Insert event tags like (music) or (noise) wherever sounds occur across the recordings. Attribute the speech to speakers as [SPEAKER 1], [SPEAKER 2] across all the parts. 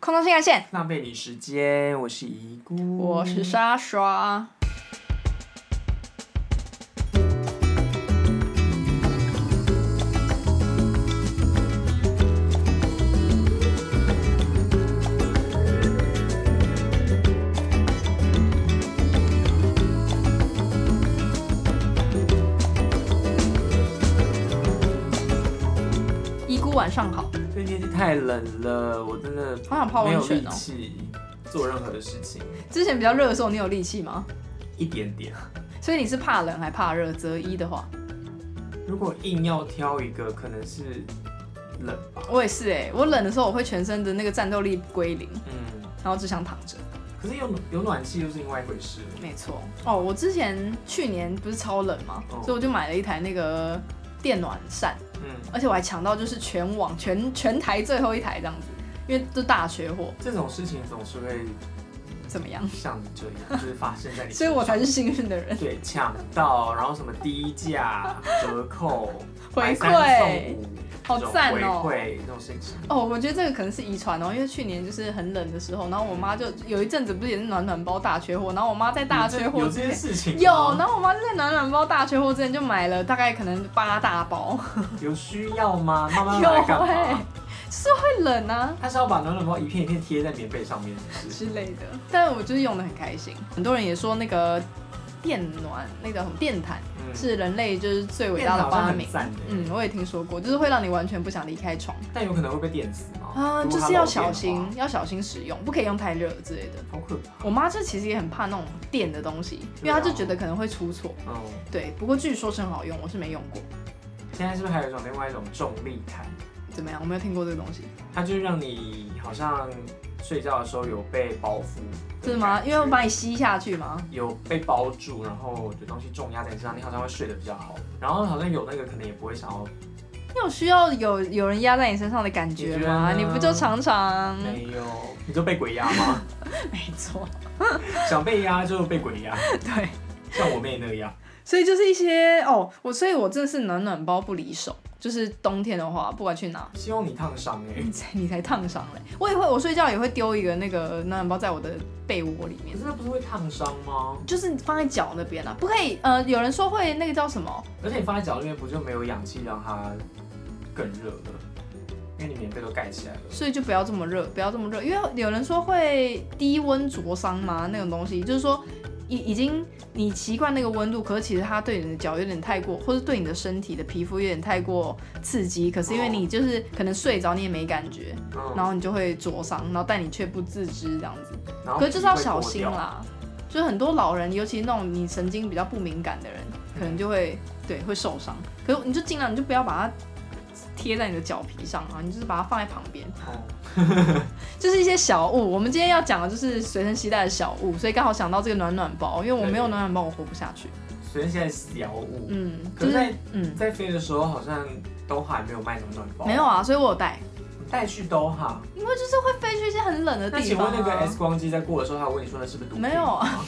[SPEAKER 1] 空中新干线，
[SPEAKER 2] 浪费你时间，我是遗姑，
[SPEAKER 1] 我是沙刷。遗姑晚上好，
[SPEAKER 2] 最近天气太冷了，我真的
[SPEAKER 1] 好想泡
[SPEAKER 2] 没
[SPEAKER 1] 温
[SPEAKER 2] 有
[SPEAKER 1] 泉
[SPEAKER 2] 力
[SPEAKER 1] 哦。
[SPEAKER 2] 气做任何的事情，
[SPEAKER 1] 之前比较热的时候，你有力气吗？
[SPEAKER 2] 一点点。
[SPEAKER 1] 所以你是怕冷还怕热？择一的话，
[SPEAKER 2] 如果硬要挑一个，可能是冷吧。
[SPEAKER 1] 我也是哎、我冷的时候我会全身的那个战斗力归零，
[SPEAKER 2] 嗯，
[SPEAKER 1] 然后只想躺着。
[SPEAKER 2] 可是有有暖气又是另外一回事。
[SPEAKER 1] 没错。哦，我之前去年不是超冷嘛，
[SPEAKER 2] 哦
[SPEAKER 1] 所以我就买了一台那个电暖扇，
[SPEAKER 2] 嗯，
[SPEAKER 1] 而且我还抢到就是全网全全台最后一台这样子，因为这大缺货，
[SPEAKER 2] 这种事情总是会
[SPEAKER 1] 怎么样？
[SPEAKER 2] 像你这
[SPEAKER 1] (laughs)
[SPEAKER 2] 样，就是发生在你身上。
[SPEAKER 1] 所以我才是幸运的人，
[SPEAKER 2] 对抢到，然后什么低价、折扣、
[SPEAKER 1] 回
[SPEAKER 2] 买三送
[SPEAKER 1] 馈。
[SPEAKER 2] 五，
[SPEAKER 1] 好
[SPEAKER 2] 这种
[SPEAKER 1] 赞
[SPEAKER 2] 回
[SPEAKER 1] 哦
[SPEAKER 2] 馈这种事情。
[SPEAKER 1] 哦，我觉得这个可能是遗传哦，因为去年就是很冷的时候，然后我妈就有一阵子不是也是暖暖包大缺货，然后我妈在大缺货
[SPEAKER 2] 有
[SPEAKER 1] 之
[SPEAKER 2] 这件
[SPEAKER 1] 前。
[SPEAKER 2] 事情吗哦
[SPEAKER 1] 有，然后我妈就在暖暖包大缺货之前就买了大概可能八大包， (laughs)
[SPEAKER 2] 有需要吗？妈妈
[SPEAKER 1] 有
[SPEAKER 2] 来干
[SPEAKER 1] 欸
[SPEAKER 2] 嘛？
[SPEAKER 1] 会冷啊
[SPEAKER 2] 她是要把暖暖包一片一片贴在棉被上面，是不是？
[SPEAKER 1] 之类的。但我就是用的很开心，很多人也说那个电暖那个什么电毯
[SPEAKER 2] 嗯，
[SPEAKER 1] 是人类就是最伟大的发明
[SPEAKER 2] 电脑好像很。赞的，
[SPEAKER 1] 嗯，我也听说过，就是会让你完全不想离开床
[SPEAKER 2] 但有可能会被电死吗？
[SPEAKER 1] 啊，
[SPEAKER 2] 如果
[SPEAKER 1] 就
[SPEAKER 2] 它
[SPEAKER 1] 是要
[SPEAKER 2] 漏电的
[SPEAKER 1] 小
[SPEAKER 2] 话
[SPEAKER 1] 心，，要小心使用，不可以用太热之类的。
[SPEAKER 2] 好可怕。
[SPEAKER 1] 我妈就其实也很怕那种电的东西，因为
[SPEAKER 2] 对啊
[SPEAKER 1] 她就觉得可能会出错。
[SPEAKER 2] 嗯，
[SPEAKER 1] 对，不过据说是很好用，我是没用过。
[SPEAKER 2] 现在是不是还有一种另外一种重力毯？
[SPEAKER 1] 怎么样？我没有听过这个东西，
[SPEAKER 2] 它就是让你好像睡觉的时候有被包覆的感觉，
[SPEAKER 1] 是吗？因为我把你吸下去吗？
[SPEAKER 2] 有被包住，然后有东西重压在你身上，你好像会睡得比较好。然后好像有那个可能也不会想要，
[SPEAKER 1] 你有需要有有人压在你身上的感觉
[SPEAKER 2] 你觉得
[SPEAKER 1] 吗？
[SPEAKER 2] 呢
[SPEAKER 1] 你不就常常
[SPEAKER 2] 没有，你就被鬼压吗？ (laughs)
[SPEAKER 1] 没错，
[SPEAKER 2] 想被压就被鬼压，
[SPEAKER 1] (laughs) 对，
[SPEAKER 2] 像我妹那样。
[SPEAKER 1] 所以就是一些哦，我所以我真的是暖暖包不离手，就是冬天的话，不管去哪， (laughs)
[SPEAKER 2] 希望你烫伤哎、
[SPEAKER 1] 你才你才烫伤嘞。我也会，我睡觉也会丢一个那个暖暖包在我的被窝里面
[SPEAKER 2] 可，是那不是会烫伤吗？
[SPEAKER 1] 就是放在脚那边啊，不可以。呃，有人说会那个叫什么？
[SPEAKER 2] 而且你放在脚那边不就没有氧气让它更热了？因为你棉被都盖起来了。
[SPEAKER 1] 所以就不要这么热，不要这么热，因为有人说会低温灼伤嘛，那种东西，就是说已已经你习惯那个温度，可是其实它对你的脚有点太过，或是对你的身体的皮肤有点太过刺激，可是因为你就是可能睡着你也没感觉，
[SPEAKER 2] 嗯，
[SPEAKER 1] 然后你就会灼伤，然后但你却不自知这样子，
[SPEAKER 2] 然后
[SPEAKER 1] 可是就是要小
[SPEAKER 2] 皮
[SPEAKER 1] 心
[SPEAKER 2] 会脱掉。
[SPEAKER 1] 啦，就是很多老人，尤其那种你神经比较不敏感的人，可能就会对会受伤，可是你就尽量你就不要把它贴在你的脚皮上啊，你就是把它放在旁边。
[SPEAKER 2] 哦
[SPEAKER 1] 就是一些小物。我们今天要讲的就是随身携带的小物，所以刚好想到这个暖暖包，因为我没有暖
[SPEAKER 2] 对
[SPEAKER 1] 暖包，我活不下去。
[SPEAKER 2] 虽然现在小物，
[SPEAKER 1] 嗯，
[SPEAKER 2] 可
[SPEAKER 1] 就是
[SPEAKER 2] 在
[SPEAKER 1] 是嗯，
[SPEAKER 2] 在飞的时候好像都还没有卖暖暖包，
[SPEAKER 1] 没有啊，所以我有带，
[SPEAKER 2] 你带去都哈。
[SPEAKER 1] 因为就是会飞去一些很冷的
[SPEAKER 2] 那
[SPEAKER 1] 地
[SPEAKER 2] 请
[SPEAKER 1] 方、
[SPEAKER 2] 问那个
[SPEAKER 1] 啊。
[SPEAKER 2] X 光机在过的时候，他问你说那是不是毒品？
[SPEAKER 1] 没有啊，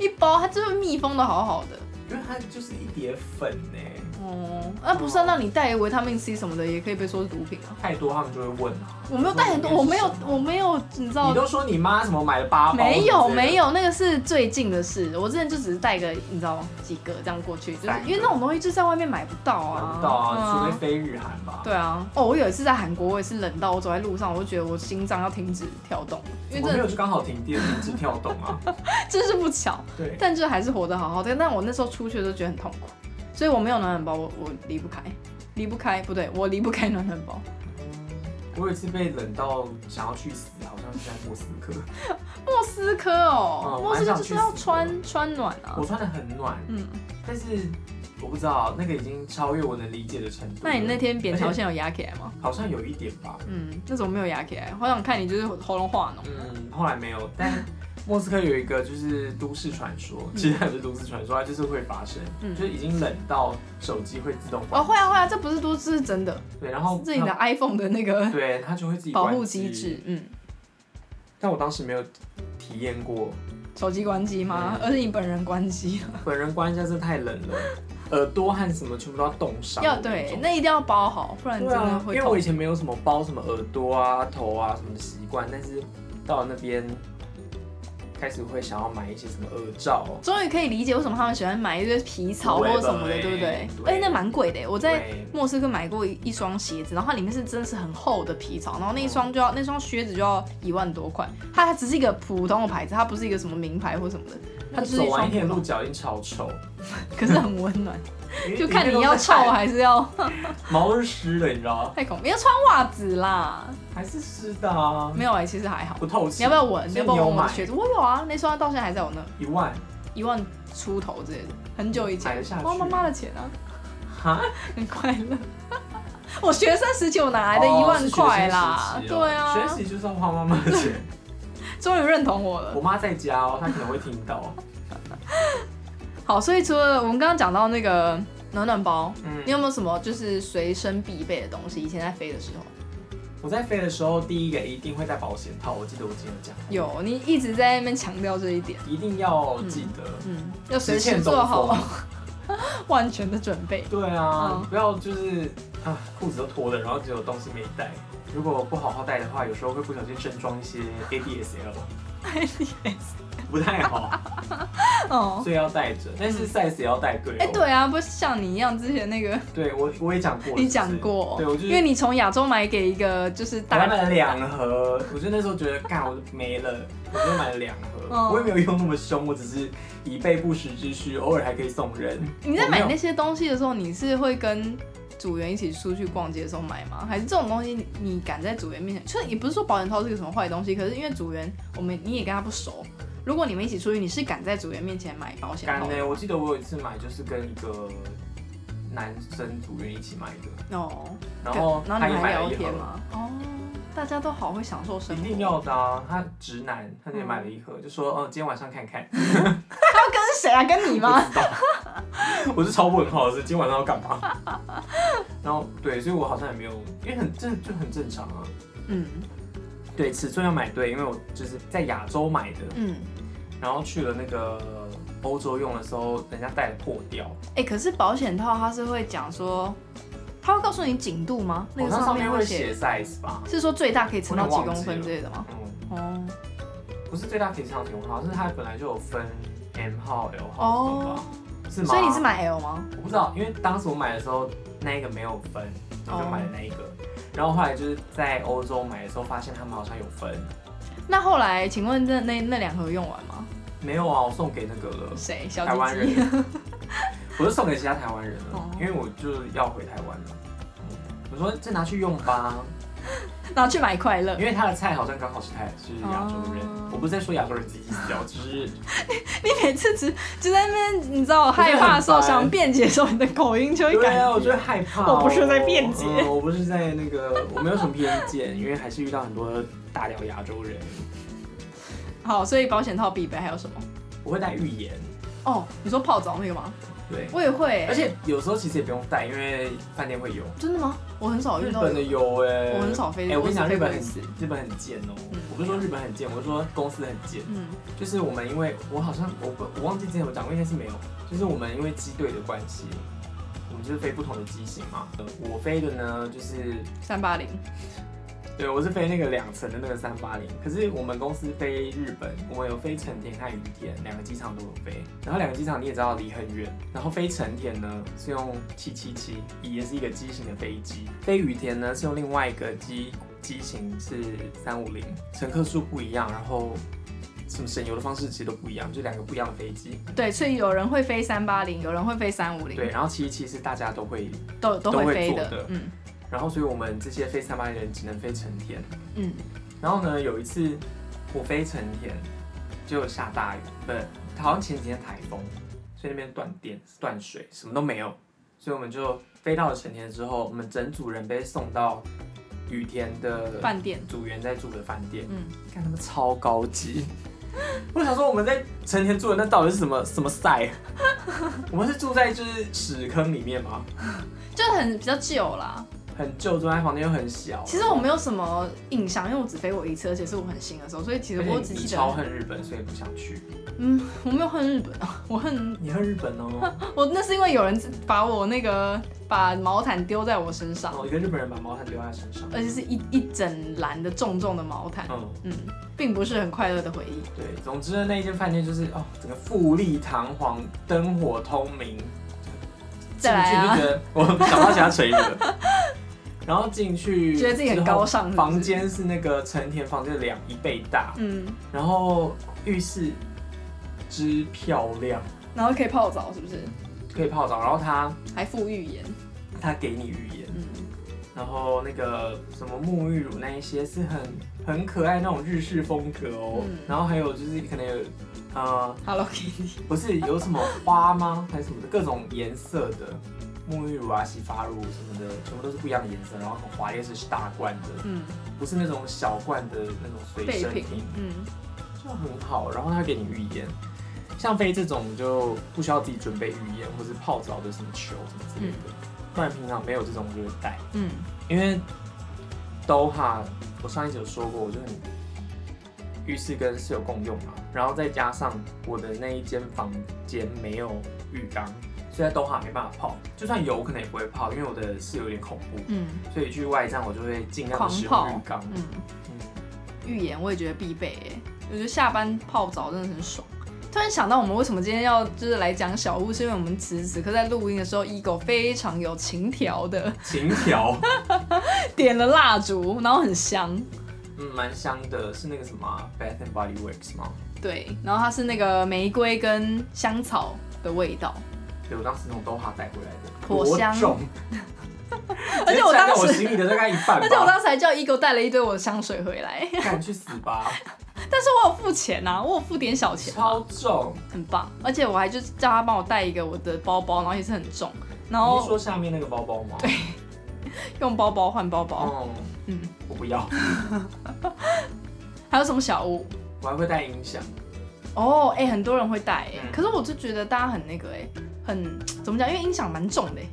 [SPEAKER 1] 一包它就是密封的好好的。
[SPEAKER 2] 因为它就是一叠粉欸呢、
[SPEAKER 1] 哦，那不是啊让你带维他命 C 什么的，也可以被说是毒品啊。
[SPEAKER 2] 太多他们就会问啊。
[SPEAKER 1] 我没有带很多，我没有，我没有，你知道
[SPEAKER 2] 你都说你妈什么买了八包，
[SPEAKER 1] 没有没
[SPEAKER 2] 有，
[SPEAKER 1] 有，那个是最近的事。我之前就只是带个，你知道几个这样过去，就是
[SPEAKER 2] 三个
[SPEAKER 1] 因为那种东西就是在外面买不到啊，
[SPEAKER 2] 买不到啊，
[SPEAKER 1] 嗯
[SPEAKER 2] 除非飞日韩吧。
[SPEAKER 1] 对啊，哦，我有一次在韩国，我也是冷到我走在路上，我就觉得我心脏要停止跳动，因为
[SPEAKER 2] 我
[SPEAKER 1] 真
[SPEAKER 2] 没有
[SPEAKER 1] 的
[SPEAKER 2] 就刚好停电，停止跳动啊。
[SPEAKER 1] (laughs) 真是不巧，
[SPEAKER 2] 对，
[SPEAKER 1] 但就还是活得好好的。但我那时候出去的时候觉得很痛苦，所以我没有暖暖包，我我离不开，离不开，不对，我离不开暖暖包。
[SPEAKER 2] 我有一次被冷到想要去死，好像是在莫斯科，
[SPEAKER 1] 莫斯科哦，
[SPEAKER 2] 嗯
[SPEAKER 1] 莫斯科就是要
[SPEAKER 2] 我还想去
[SPEAKER 1] 穿穿暖啊
[SPEAKER 2] 我，穿的很暖，
[SPEAKER 1] 嗯，
[SPEAKER 2] 但是我不知道那个已经超越我能理解的程度了。
[SPEAKER 1] 那你那天扁桃腺有压起来 (laughs) 吗？
[SPEAKER 2] 好像有一点吧，
[SPEAKER 1] 嗯，那怎么没有压起来？好想看你就是喉咙化脓。
[SPEAKER 2] 嗯，后来没有，但。
[SPEAKER 1] (laughs)
[SPEAKER 2] 莫斯科有一个就是都市传说，其实它也不是都市传说，它就是会发生，
[SPEAKER 1] 嗯
[SPEAKER 2] 就是已经冷到手机会自动关
[SPEAKER 1] 哦，会啊会啊，这不是都这是真的，
[SPEAKER 2] 对，然后
[SPEAKER 1] 这是你的 iPhone 哦的那
[SPEAKER 2] 它
[SPEAKER 1] 个
[SPEAKER 2] 对它就会自己
[SPEAKER 1] 保
[SPEAKER 2] 关
[SPEAKER 1] 护机，
[SPEAKER 2] 机
[SPEAKER 1] 制，嗯。
[SPEAKER 2] 但我当时没有体验过，
[SPEAKER 1] 手机关机吗？
[SPEAKER 2] 嗯
[SPEAKER 1] 而是你本人关机。
[SPEAKER 2] 本人关一下这太冷了，耳朵和什么全部都要冻伤
[SPEAKER 1] (laughs)
[SPEAKER 2] 的
[SPEAKER 1] 要
[SPEAKER 2] 那种。
[SPEAKER 1] 对，那一定要包好，不然真
[SPEAKER 2] 对
[SPEAKER 1] 的
[SPEAKER 2] 啊，因
[SPEAKER 1] 会
[SPEAKER 2] 为
[SPEAKER 1] 痛
[SPEAKER 2] 我以。前没有什么包什么耳朵啊、头啊什么的习惯，但是到了那边开始会想要买一些什么耳罩。
[SPEAKER 1] 终于可以理解为什么他们喜欢买一堆皮草或
[SPEAKER 2] 对
[SPEAKER 1] 者什么的，
[SPEAKER 2] 对
[SPEAKER 1] 对不对？
[SPEAKER 2] 对
[SPEAKER 1] 而且那蛮贵的，我在
[SPEAKER 2] 对
[SPEAKER 1] 莫斯科买过一一双鞋子，然后它里面是真的是很厚的皮草，然后那
[SPEAKER 2] 嗯
[SPEAKER 1] 一双就要那双靴子就要一万多块，它只是一个普通的牌子，它不是一个什么名牌或什么的，它
[SPEAKER 2] 他
[SPEAKER 1] 就是
[SPEAKER 2] 走
[SPEAKER 1] 一
[SPEAKER 2] 完
[SPEAKER 1] 双
[SPEAKER 2] 一天
[SPEAKER 1] 普
[SPEAKER 2] 路
[SPEAKER 1] 通，
[SPEAKER 2] 脚印超臭， (laughs)
[SPEAKER 1] 可是很温暖，
[SPEAKER 2] 因为
[SPEAKER 1] 就看
[SPEAKER 2] 里面
[SPEAKER 1] 你
[SPEAKER 2] 都
[SPEAKER 1] 要
[SPEAKER 2] 是
[SPEAKER 1] 臭
[SPEAKER 2] 汗
[SPEAKER 1] 还是要
[SPEAKER 2] (laughs) 毛都是湿的，你知道吗？
[SPEAKER 1] 太恐怖，要穿袜子啦。
[SPEAKER 2] 还是湿的啊，
[SPEAKER 1] 没有哎、其实还好。
[SPEAKER 2] 不透
[SPEAKER 1] 你
[SPEAKER 2] 气。
[SPEAKER 1] 要不要闻？你
[SPEAKER 2] 所
[SPEAKER 1] 要
[SPEAKER 2] 以
[SPEAKER 1] 不
[SPEAKER 2] 你
[SPEAKER 1] 要
[SPEAKER 2] 有
[SPEAKER 1] 闻我的
[SPEAKER 2] 买
[SPEAKER 1] 靴子？我有啊，那双到现在还在我那，
[SPEAKER 2] 一万？
[SPEAKER 1] 一万出头之类的，很久以
[SPEAKER 2] 买
[SPEAKER 1] 前
[SPEAKER 2] 得下，去
[SPEAKER 1] 花妈妈的钱啊，
[SPEAKER 2] 哈？
[SPEAKER 1] 很快乐。 (laughs) 我学生时期我哪来的一万块啦
[SPEAKER 2] 哦？是学生时期
[SPEAKER 1] 对
[SPEAKER 2] 哦学
[SPEAKER 1] 啊
[SPEAKER 2] 生，时期就是要花妈妈的钱。
[SPEAKER 1] 终于认同我
[SPEAKER 2] 我
[SPEAKER 1] 了。
[SPEAKER 2] 妈在家哦，她可能会听到。
[SPEAKER 1] 好，所以除了我们刚刚讲到那个暖暖包，
[SPEAKER 2] 嗯
[SPEAKER 1] 你有没有什么就是随身必备的东西？以前在飞的时候，
[SPEAKER 2] 我在飞的时候，第一个一定会带保险套，我记得我之前有讲，
[SPEAKER 1] 有你一直在那边强调这一点，
[SPEAKER 2] 一定要记得。
[SPEAKER 1] 嗯，要随
[SPEAKER 2] 之
[SPEAKER 1] 时
[SPEAKER 2] 前
[SPEAKER 1] 做
[SPEAKER 2] 中
[SPEAKER 1] 好
[SPEAKER 2] 风
[SPEAKER 1] (laughs) 万全的准备。
[SPEAKER 2] 对啊，
[SPEAKER 1] 嗯
[SPEAKER 2] 你不要就是啊，裤子都脱了，然后只有东西没带。如果不好好带的话，有时候会不小心症状一些 ADSL，不太好，
[SPEAKER 1] 哦，
[SPEAKER 2] 所以要带着。但是 size 也要带对、哦。
[SPEAKER 1] 哎、对啊，不是像你一样之前那个。
[SPEAKER 2] 对我我也讲过，
[SPEAKER 1] 你讲过，
[SPEAKER 2] 对我就是
[SPEAKER 1] 因为你从亚洲买给一个就是
[SPEAKER 2] 我
[SPEAKER 1] 大
[SPEAKER 2] 还买了两盒，我就那时候觉得，干，我没了，我就买了两盒，
[SPEAKER 1] 嗯
[SPEAKER 2] 我也没有用那么凶，我只是以备不时之需，偶尔还可以送人。
[SPEAKER 1] 你在
[SPEAKER 2] 我没
[SPEAKER 1] 买
[SPEAKER 2] 有
[SPEAKER 1] 那些东西的时候，你是会跟组员一起出去逛街的时候买吗？还是这种东西你你敢在组员面前？就是也不是说保险套是个什么坏东西，可是因为组员我们你也跟他不熟，如果你们一起出去，你是敢在组员面前买保险
[SPEAKER 2] 干
[SPEAKER 1] 套
[SPEAKER 2] 呢、
[SPEAKER 1] 的
[SPEAKER 2] 我记得我有一次买，就是跟一个男生组员一起买的，
[SPEAKER 1] 哦，
[SPEAKER 2] 然后
[SPEAKER 1] 然
[SPEAKER 2] 他
[SPEAKER 1] 后
[SPEAKER 2] 也
[SPEAKER 1] 你们
[SPEAKER 2] 买
[SPEAKER 1] 还
[SPEAKER 2] 了
[SPEAKER 1] 聊
[SPEAKER 2] 一
[SPEAKER 1] 天
[SPEAKER 2] 盒，
[SPEAKER 1] 吗？哦，大家都好会享受生
[SPEAKER 2] 一
[SPEAKER 1] 活，哦
[SPEAKER 2] 定要的啊。他直男，他也买了一
[SPEAKER 1] 嗯
[SPEAKER 2] 盒，就说，哦，今天晚上
[SPEAKER 1] (laughs)
[SPEAKER 2] 看看。
[SPEAKER 1] 他要跟谁啊？跟你
[SPEAKER 2] (laughs)
[SPEAKER 1] 吗？
[SPEAKER 2] 我是超问号的是，今天晚上要干嘛？ (laughs) 然后对，所以我好像也没有，因为很正就很正常啊。
[SPEAKER 1] 嗯
[SPEAKER 2] 对，尺寸要买对，因为我就是在亚洲买的，
[SPEAKER 1] 嗯，
[SPEAKER 2] 然后去了那个欧洲用的时候，人家带的破掉，
[SPEAKER 1] 哎、可是保险套它是会讲说，它会告诉你紧度吗？那个
[SPEAKER 2] 好像上
[SPEAKER 1] 面
[SPEAKER 2] 面会
[SPEAKER 1] 写，
[SPEAKER 2] 写 size 吧？
[SPEAKER 1] 是说最大可以撑到
[SPEAKER 2] 我有
[SPEAKER 1] 几
[SPEAKER 2] 点忘
[SPEAKER 1] 公
[SPEAKER 2] 记
[SPEAKER 1] 分
[SPEAKER 2] 了
[SPEAKER 1] 之类的吗？
[SPEAKER 2] 嗯，
[SPEAKER 1] 哦
[SPEAKER 2] 不是最大体长型号，是它本来就有分 M 号、L 号这种
[SPEAKER 1] 哦
[SPEAKER 2] 吧？，是吗？
[SPEAKER 1] 所以你是？买 L 吗？
[SPEAKER 2] 我不知道，因为当时我买的时候那一个没有分，
[SPEAKER 1] 哦
[SPEAKER 2] 我就买了那一个。然后后来就是在欧洲买的时候，发现他们好像有分。
[SPEAKER 1] 那后来请问那那那两盒用完吗？
[SPEAKER 2] 没有啊，我送给那个了，
[SPEAKER 1] 谁？小
[SPEAKER 2] 台湾
[SPEAKER 1] 姐
[SPEAKER 2] 人
[SPEAKER 1] 姐？，
[SPEAKER 2] 我就送给其他台湾人了，
[SPEAKER 1] 哦
[SPEAKER 2] 因为我就是要回台湾了。我说这拿去用吧，
[SPEAKER 1] (laughs) 然后去买快乐
[SPEAKER 2] 因，为他的菜好像刚好是台是亚洲人，
[SPEAKER 1] 哦
[SPEAKER 2] 我不是在说亚洲人自己死掉，只是
[SPEAKER 1] 你每次只只在那边，你知道我
[SPEAKER 2] 觉得
[SPEAKER 1] 害怕的时候，
[SPEAKER 2] 很烦
[SPEAKER 1] 想辩解的时候，你的口音就会
[SPEAKER 2] 对
[SPEAKER 1] 改。
[SPEAKER 2] 啊，我觉得害怕哦、
[SPEAKER 1] 我不是在辩解
[SPEAKER 2] 嗯我不是在那个，我没有什么偏见，因为还是遇到很多大量亚洲人，
[SPEAKER 1] 好，所以保险套必备还有什么？
[SPEAKER 2] 我会带浴盐，
[SPEAKER 1] 哦，你说泡澡那个吗？
[SPEAKER 2] 对，
[SPEAKER 1] 我也会欸、
[SPEAKER 2] 而且有时候其实也不用带，因为饭店会有，
[SPEAKER 1] 真的吗？我很少
[SPEAKER 2] 日
[SPEAKER 1] 遇到
[SPEAKER 2] 本的有哎、
[SPEAKER 1] 我很少飞
[SPEAKER 2] 哎、我跟你讲，
[SPEAKER 1] 我只飞
[SPEAKER 2] 日
[SPEAKER 1] 过
[SPEAKER 2] 本很
[SPEAKER 1] 一次
[SPEAKER 2] 日本很贱哦、
[SPEAKER 1] 嗯
[SPEAKER 2] 我不是说日本很贱，我是说公司很贱。
[SPEAKER 1] 嗯，
[SPEAKER 2] 就是我们因为我好像我不我忘记之前有讲过，应该是没有。就是我们因为机队的关系，我们就是飞不同的机型嘛。呃我飞的呢，就是
[SPEAKER 1] 三八零。
[SPEAKER 2] 对我是飞那个两层的那个三八零，可是我们公司飞日本，我们有飞成田和羽田两个机场都有飞。然后两个机场你也知道离很远，然后飞成田呢是用七七七，也是一个机型的飞机；飞羽田呢是用另外一个机机型是三五零，乘客数不一样，然后什么省油的方式其实都不一样，就两个不一样的飞机。
[SPEAKER 1] 对，所以有人会飞三八零，有人会飞三五
[SPEAKER 2] 对，
[SPEAKER 1] 零，
[SPEAKER 2] 然后七七七是大家都会，
[SPEAKER 1] 都都
[SPEAKER 2] 都
[SPEAKER 1] 会
[SPEAKER 2] 会
[SPEAKER 1] 飞
[SPEAKER 2] 做
[SPEAKER 1] 的
[SPEAKER 2] 的。
[SPEAKER 1] 嗯
[SPEAKER 2] 然后所以我们这些飞三八零的人只能飞成田。
[SPEAKER 1] 嗯，
[SPEAKER 2] 然后呢，有一次我飞成田，就下大雨，不是，好像前几天台风，所以那边断电、断水，什么都没有，所以我们就飞到了成田之后，我们整组人被送到雨田的
[SPEAKER 1] 饭店。
[SPEAKER 2] 组员在住的饭店，
[SPEAKER 1] 嗯
[SPEAKER 2] 嗯，看他们超高级。我想说我们在成田住的那到底是什么什么赛？我们是住在就是屎坑里面吗？
[SPEAKER 1] 就很比较旧啦，
[SPEAKER 2] 很旧，坐在房间又很小。
[SPEAKER 1] 其实我没有什么印象，因为我只飞过一次，而且是我很新的时候，所以其实
[SPEAKER 2] 而且
[SPEAKER 1] 我
[SPEAKER 2] 你
[SPEAKER 1] 只
[SPEAKER 2] 你
[SPEAKER 1] 记
[SPEAKER 2] 超
[SPEAKER 1] 得，
[SPEAKER 2] 恨日本，所以不想去。
[SPEAKER 1] 嗯， (laughs) 我没有恨日本啊， (laughs) 我恨
[SPEAKER 2] 你恨日本哦，
[SPEAKER 1] 我那是因为有人把我那个把毛毯丢在我身上，
[SPEAKER 2] 哦，一个日本人把毛毯丢在身上。
[SPEAKER 1] 而且是一一整篮的重重的毛毯，
[SPEAKER 2] 嗯，
[SPEAKER 1] 嗯，并不是很快乐的回忆。
[SPEAKER 2] 对，总之呢，那一间饭店就是哦，整个富丽堂皇，灯火通明，进
[SPEAKER 1] 再来
[SPEAKER 2] 去就
[SPEAKER 1] 啊
[SPEAKER 2] 觉得我想到其他成语
[SPEAKER 1] (laughs)
[SPEAKER 2] 了。然后进去，
[SPEAKER 1] 觉得自己很高尚是不是
[SPEAKER 2] 房间是那个成田房间的两一倍大，
[SPEAKER 1] 嗯，
[SPEAKER 2] 然后浴室之漂亮，
[SPEAKER 1] 然后可以泡澡，是不是？
[SPEAKER 2] 可以泡澡，然后它
[SPEAKER 1] 还附浴盐，
[SPEAKER 2] 它给你浴盐，
[SPEAKER 1] 嗯，
[SPEAKER 2] 然后那个什么沐浴乳那一些是很很可爱那种日式风格哦，
[SPEAKER 1] 嗯
[SPEAKER 2] 然后还有就是可能有呃
[SPEAKER 1] Hello Kitty，
[SPEAKER 2] 不是有什么花吗？还是什么的各种颜色的沐浴乳啊、洗发乳什么的，全部都是不一样的颜色，然后很华丽，是是大罐的，
[SPEAKER 1] 嗯，
[SPEAKER 2] 不是那种小罐的那种随
[SPEAKER 1] 备
[SPEAKER 2] 身
[SPEAKER 1] 品
[SPEAKER 2] 品，，
[SPEAKER 1] 嗯，
[SPEAKER 2] 就很好。然后它给你浴盐，像飞这种就不需要自己准备浴盐，或是泡澡的什么球什么之类的，不然平常没有这种我就会带。
[SPEAKER 1] 嗯，
[SPEAKER 2] 因为 Doha，我上一集有说过，我就很浴室跟室友共用嘛，然后再加上我的那一间房间没有浴缸，所以在 Doha 没办法泡，就算有我可能也不会泡，因为我的室友有点恐怖，
[SPEAKER 1] 嗯，
[SPEAKER 2] 所以去外站我就会尽量地
[SPEAKER 1] 狂
[SPEAKER 2] 使用
[SPEAKER 1] 泡
[SPEAKER 2] 浴
[SPEAKER 1] (laughs)
[SPEAKER 2] 缸。
[SPEAKER 1] 嗯
[SPEAKER 2] 嗯，
[SPEAKER 1] 浴盐我也觉得必备哎，我觉得下班泡澡真的很爽。突然想到，我们为什么今天要就是来讲小屋，是因为我们此时此刻在录音的时候，一狗非常有情调的
[SPEAKER 2] 情调，
[SPEAKER 1] 点了蜡烛，然后很香，
[SPEAKER 2] 嗯，蛮香的，是那个什么啊 Bath and Body Works 吗？
[SPEAKER 1] 对，然后它是那个玫瑰跟香草的味道，
[SPEAKER 2] 对，我当时从 Doha 带回来的，
[SPEAKER 1] 果
[SPEAKER 2] 多
[SPEAKER 1] 香
[SPEAKER 2] 重，
[SPEAKER 1] 而且我
[SPEAKER 2] 占
[SPEAKER 1] 当
[SPEAKER 2] 到我
[SPEAKER 1] 时，
[SPEAKER 2] 行李的大概一半
[SPEAKER 1] (laughs) 而且我
[SPEAKER 2] 吧，
[SPEAKER 1] 当时还叫 Ego 带了一堆我的香水回来，
[SPEAKER 2] 敢去死
[SPEAKER 1] (laughs)
[SPEAKER 2] 吧，
[SPEAKER 1] 但是我有付钱呐、啊，我有付点小钱、啊
[SPEAKER 2] 超，重。
[SPEAKER 1] 很棒，而且我还就是叫他帮我带一个我的包包，然后也是很重，然
[SPEAKER 2] 你是
[SPEAKER 1] 后
[SPEAKER 2] 说下面那个包包吗？对，
[SPEAKER 1] 用包包换包包，
[SPEAKER 2] 哦，
[SPEAKER 1] 嗯，
[SPEAKER 2] 我不要，
[SPEAKER 1] 还有什么小屋？
[SPEAKER 2] 我还会带音响，
[SPEAKER 1] 哦，哎、很多人会带哎、
[SPEAKER 2] 嗯
[SPEAKER 1] 可是我就觉得大家很那个哎、很怎么讲？因为音响蛮重的、哎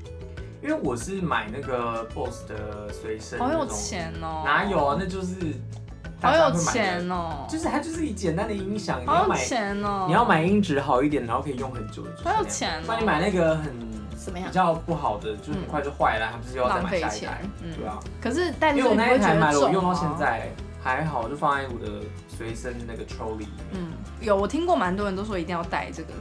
[SPEAKER 2] 因为我是买那个 BOSS 的随身
[SPEAKER 1] 好
[SPEAKER 2] 那
[SPEAKER 1] 有
[SPEAKER 2] 种，
[SPEAKER 1] 钱哦、
[SPEAKER 2] 哪有啊？那就是
[SPEAKER 1] 好
[SPEAKER 2] 大
[SPEAKER 1] 有
[SPEAKER 2] 家会买的
[SPEAKER 1] 钱，哦、
[SPEAKER 2] 就是它就是一简单的音响，你
[SPEAKER 1] 好
[SPEAKER 2] 要
[SPEAKER 1] 有
[SPEAKER 2] 买
[SPEAKER 1] 钱哦、
[SPEAKER 2] 你要买音质好一点，然后可以用很久的，就是那
[SPEAKER 1] 好
[SPEAKER 2] 样
[SPEAKER 1] 有钱哦、
[SPEAKER 2] 不然你买那个很
[SPEAKER 1] 什么
[SPEAKER 2] 比
[SPEAKER 1] 样？
[SPEAKER 2] 较不好的，就是很快就坏了，还不是又要再
[SPEAKER 1] 浪
[SPEAKER 2] 买
[SPEAKER 1] 费
[SPEAKER 2] 下一
[SPEAKER 1] 钱
[SPEAKER 2] 台？，
[SPEAKER 1] 嗯
[SPEAKER 2] 对，啊，
[SPEAKER 1] 可是带
[SPEAKER 2] 因
[SPEAKER 1] 着你
[SPEAKER 2] 为我
[SPEAKER 1] 不
[SPEAKER 2] 那
[SPEAKER 1] 会
[SPEAKER 2] 一
[SPEAKER 1] 觉
[SPEAKER 2] 台
[SPEAKER 1] 得
[SPEAKER 2] 买了，我
[SPEAKER 1] 重哦
[SPEAKER 2] 用到
[SPEAKER 1] 吗
[SPEAKER 2] 现。在还好，就放在我的随身那个抽里面。
[SPEAKER 1] 嗯，有我听过蛮多人都说一定要带这个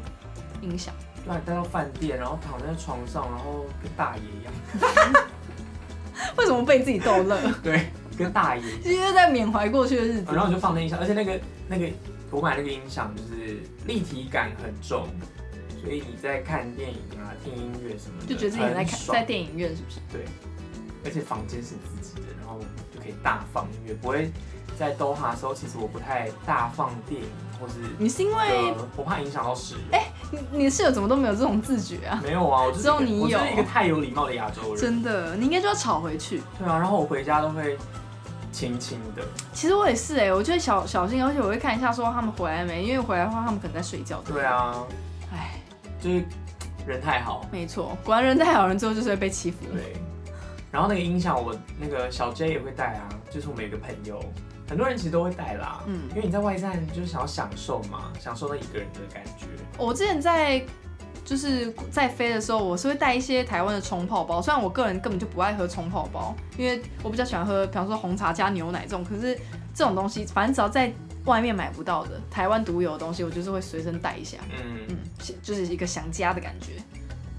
[SPEAKER 1] 音响， (laughs)
[SPEAKER 2] 对啊，带到饭店，然后躺在床上，然后跟大爷一样，
[SPEAKER 1] 为什么被自己逗
[SPEAKER 2] (laughs)
[SPEAKER 1] 乐？
[SPEAKER 2] 对，跟大爷一样。
[SPEAKER 1] 其实在缅怀过去的日子。
[SPEAKER 2] 然后我就放那音响，而且那个那个我买那个音响就是立体感很重，所以你在看电影啊、听音乐什么的，
[SPEAKER 1] 就觉得自己在
[SPEAKER 2] 很
[SPEAKER 1] 看
[SPEAKER 2] 爽
[SPEAKER 1] 在电影院是不是？
[SPEAKER 2] 对，而且房间是自己的，然后就可以大放音乐，不会在 Doha 的时候，其实我不太大放电影或是
[SPEAKER 1] 你是因为
[SPEAKER 2] 歌，我怕影响到室友。哎、
[SPEAKER 1] 你你室友怎么都没有这种自觉啊？
[SPEAKER 2] 没有啊，我就是
[SPEAKER 1] 只有
[SPEAKER 2] 一个
[SPEAKER 1] 你
[SPEAKER 2] 我就
[SPEAKER 1] 有
[SPEAKER 2] 是一个太有礼貌的亚洲人。
[SPEAKER 1] 真的，你应该就要吵回去。
[SPEAKER 2] 对啊，然后我回家都会轻轻的。
[SPEAKER 1] 其实我也是哎、我就会小小心，而且我会看一下说他们回来没，因为回来的话他们可能在睡觉。
[SPEAKER 2] 对，啊，
[SPEAKER 1] 哎，
[SPEAKER 2] 就是人太好。
[SPEAKER 1] 没错，果然人太好人之后就是会被欺负。
[SPEAKER 2] 对，然后那个音响我那个小 J 也会带啊，就是我们有个朋友，很多人其实都会带啦。
[SPEAKER 1] 嗯
[SPEAKER 2] 因为你在外站就是想要享受嘛，享受那一个人的感觉。
[SPEAKER 1] 我之前在就是在飞的时候，我是会带一些台湾的冲泡包，虽然我个人根本就不爱喝冲泡包，因为我比较喜欢喝，比方说红茶加牛奶这种。可是这种东西，反正只要在外面买不到的台湾独有的东西，我就是会随身带一下，
[SPEAKER 2] 嗯，
[SPEAKER 1] 嗯，就是一个想家的感觉。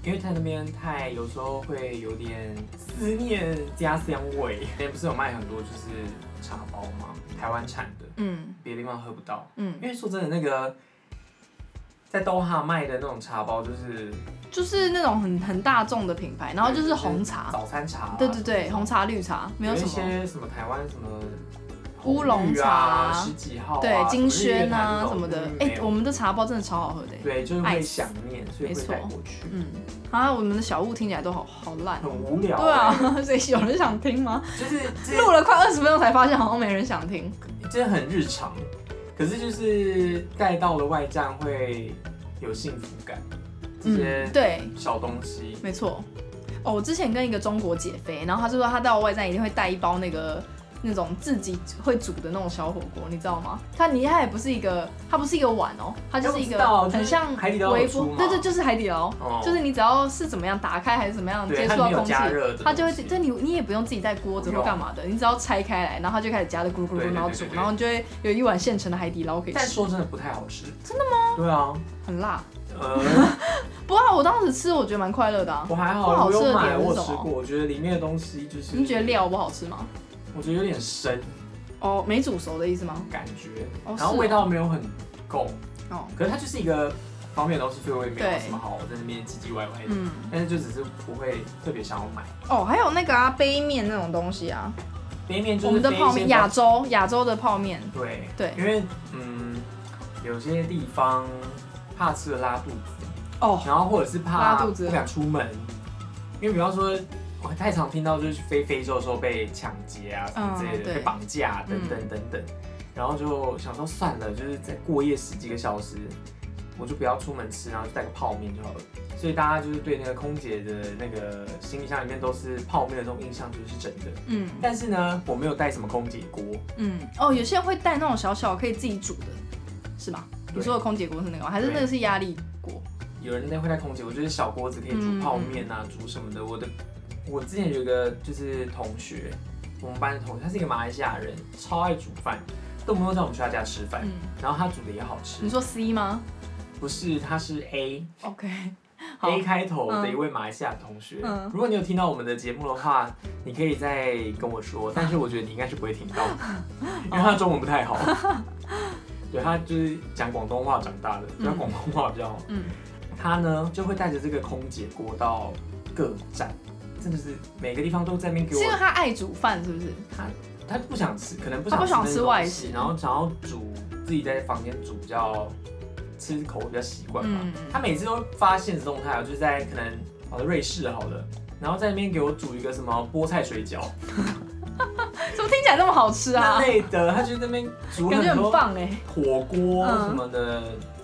[SPEAKER 2] 因为在那边太有时候会有点思念家乡味。那边不是有卖很多就是茶包吗？台湾产的，
[SPEAKER 1] 嗯
[SPEAKER 2] 别的地方喝不到。
[SPEAKER 1] 嗯，
[SPEAKER 2] 因为说真的，那个在豆哈卖的那种茶包就是
[SPEAKER 1] 就是那种很很大众的品牌，然后就是红茶，
[SPEAKER 2] 早餐茶啊、
[SPEAKER 1] 对对对，红茶绿茶没有
[SPEAKER 2] 一
[SPEAKER 1] 什么。
[SPEAKER 2] 些什么台湾什么
[SPEAKER 1] 乌龙
[SPEAKER 2] 红玉
[SPEAKER 1] 茶
[SPEAKER 2] 啊、十几号啊、
[SPEAKER 1] 对金萱
[SPEAKER 2] 啊
[SPEAKER 1] 啊什么的，
[SPEAKER 2] 哎、
[SPEAKER 1] 哎、我们的茶包真的超好喝的、哎
[SPEAKER 2] 对就是会
[SPEAKER 1] 爱
[SPEAKER 2] 想念，所以
[SPEAKER 1] 没
[SPEAKER 2] 会
[SPEAKER 1] 错
[SPEAKER 2] 带过去，
[SPEAKER 1] 嗯，啊，我们的小物听起来都好好烂
[SPEAKER 2] 很
[SPEAKER 1] 哦、
[SPEAKER 2] 无聊、
[SPEAKER 1] 对啊， (laughs) 所以有人想听吗？
[SPEAKER 2] 哎，就是这
[SPEAKER 1] 录了快二十分钟才发现好像没人想听。
[SPEAKER 2] 这很日常，可是就是带到了外站会有幸福感，这些
[SPEAKER 1] 嗯对，
[SPEAKER 2] 小东西，
[SPEAKER 1] 没错。哦，我之前跟一个中国姐飞，然后她就说她到外站一定会带一包那个那种自己会煮的那种小火锅，你知道吗？它你它也不是一个，它不是一个碗哦，它就是一
[SPEAKER 2] 我知道
[SPEAKER 1] 个很像
[SPEAKER 2] 就是海底捞有
[SPEAKER 1] 微
[SPEAKER 2] 出
[SPEAKER 1] 波
[SPEAKER 2] 嘛，
[SPEAKER 1] 对对，就是海底捞，
[SPEAKER 2] 哦
[SPEAKER 1] 就是你只要是怎么样打开还是怎么样
[SPEAKER 2] 对
[SPEAKER 1] 接触
[SPEAKER 2] 它
[SPEAKER 1] 到
[SPEAKER 2] 没有
[SPEAKER 1] 空气
[SPEAKER 2] 加热的，
[SPEAKER 1] 它就会
[SPEAKER 2] 东西
[SPEAKER 1] 对你，你也不用自己带锅子或
[SPEAKER 2] 不用
[SPEAKER 1] 干嘛的，你只要拆开来，然后它就开始夹的咕噜咕噜咕噜，
[SPEAKER 2] 对对对
[SPEAKER 1] 然后
[SPEAKER 2] 对
[SPEAKER 1] 煮
[SPEAKER 2] 对，对
[SPEAKER 1] 然后你就会有一碗现成的海底捞可以
[SPEAKER 2] 但
[SPEAKER 1] 吃，
[SPEAKER 2] 说真的不太好吃。真的吗？对啊，
[SPEAKER 1] 很辣。 (laughs)
[SPEAKER 2] 呃，
[SPEAKER 1] 不过我当时吃，我觉得蛮快乐的啊。
[SPEAKER 2] 我还
[SPEAKER 1] 不
[SPEAKER 2] 好，
[SPEAKER 1] 好
[SPEAKER 2] 我
[SPEAKER 1] 吃的
[SPEAKER 2] 有
[SPEAKER 1] 点
[SPEAKER 2] 买，
[SPEAKER 1] 是
[SPEAKER 2] 我有
[SPEAKER 1] 什
[SPEAKER 2] 吃
[SPEAKER 1] 么
[SPEAKER 2] 过，我觉得里面的东西就是，
[SPEAKER 1] 你觉得？料不好吃吗？
[SPEAKER 2] 我觉得有点生
[SPEAKER 1] 哦，没煮熟的意思吗？
[SPEAKER 2] 感觉，
[SPEAKER 1] 哦
[SPEAKER 2] 然后
[SPEAKER 1] 是
[SPEAKER 2] 味
[SPEAKER 1] 哦
[SPEAKER 2] 道没有很够，
[SPEAKER 1] 哦，
[SPEAKER 2] 可是它就是一个方便的东西，所以我也没有
[SPEAKER 1] 对
[SPEAKER 2] 什么好在那边唧唧歪歪的。
[SPEAKER 1] 嗯，
[SPEAKER 2] 但是就只是不会特别想要买，
[SPEAKER 1] 哦，还有那个啊，杯面那种东西啊，
[SPEAKER 2] 杯面就是
[SPEAKER 1] 我们的
[SPEAKER 2] 非
[SPEAKER 1] 泡
[SPEAKER 2] 先
[SPEAKER 1] 面，
[SPEAKER 2] 到
[SPEAKER 1] 亚洲亚洲的泡面，
[SPEAKER 2] 对
[SPEAKER 1] 对
[SPEAKER 2] 因为嗯，有些地方怕吃了拉肚子，
[SPEAKER 1] 哦，
[SPEAKER 2] 然后或者是怕
[SPEAKER 1] 拉肚子
[SPEAKER 2] 不敢出门，因为比方说，我太常听到就是飞非洲的时候被抢劫啊什么之类
[SPEAKER 1] 嗯
[SPEAKER 2] 的，
[SPEAKER 1] 对嗯
[SPEAKER 2] 被绑架啊等等等等，然后就想说算了，就是再过夜十几个小时，我就不要出门吃，然后就带个泡面就好了。所以大家就是对那个空姐的那个行李箱里面都是泡面的这种印象就是是真的，
[SPEAKER 1] 嗯
[SPEAKER 2] 但是呢，我没有带什么空姐锅，
[SPEAKER 1] 嗯，哦，有些人会带那种小小可以自己煮的，是吗？
[SPEAKER 2] 对
[SPEAKER 1] 你说的空姐锅是那个吗？还是
[SPEAKER 2] 对
[SPEAKER 1] 那个是压力锅？
[SPEAKER 2] 有人在会带空姐，我觉得小锅子可以煮
[SPEAKER 1] 嗯
[SPEAKER 2] 泡面啊，煮什么的。我的，我之前有一个就是同学，我们班的同学，他是一个马来西亚人，超爱煮饭，动不动叫我们去他家吃饭，
[SPEAKER 1] 嗯，
[SPEAKER 2] 然后他煮的也好吃
[SPEAKER 1] 你。说 C
[SPEAKER 2] (laughs)
[SPEAKER 1] 吗
[SPEAKER 2] 不是，他是 A
[SPEAKER 1] ？OK，好，
[SPEAKER 2] A 开头的
[SPEAKER 1] 嗯
[SPEAKER 2] 一位马来西亚同学。
[SPEAKER 1] 嗯
[SPEAKER 2] 如果你有听到我们的节目的话，你可以再跟我说，但是我觉得你应该是不会听到，
[SPEAKER 1] (laughs)
[SPEAKER 2] 因为他的中文不太好。对他就是讲广东话长大的，讲
[SPEAKER 1] 嗯
[SPEAKER 2] 广东话比较好。
[SPEAKER 1] 嗯，
[SPEAKER 2] 他呢就会带着这个空姐锅到各站，真的是每个地方都在那边给
[SPEAKER 1] 是啊因为
[SPEAKER 2] 我。
[SPEAKER 1] 他爱煮饭，是不是？
[SPEAKER 2] 啊他不想吃，可能不
[SPEAKER 1] 他
[SPEAKER 2] 想
[SPEAKER 1] 不想
[SPEAKER 2] 那
[SPEAKER 1] 吃
[SPEAKER 2] 些
[SPEAKER 1] 外
[SPEAKER 2] 东西
[SPEAKER 1] 食
[SPEAKER 2] 然后想要煮自己在房间煮比较吃口比较习惯嘛。
[SPEAKER 1] 嗯嗯
[SPEAKER 2] 他每次都发现实动态，就是在可能好的瑞士好了，然后在那边给我煮一个什么菠菜水
[SPEAKER 1] (laughs)
[SPEAKER 2] 饺
[SPEAKER 1] 怎么听起来那么好吃
[SPEAKER 2] 那
[SPEAKER 1] 啊？
[SPEAKER 2] 类的，他就在那边煮
[SPEAKER 1] 感觉
[SPEAKER 2] 很
[SPEAKER 1] 很
[SPEAKER 2] 多
[SPEAKER 1] 棒哎。
[SPEAKER 2] 火锅
[SPEAKER 1] 嗯
[SPEAKER 2] 什么的，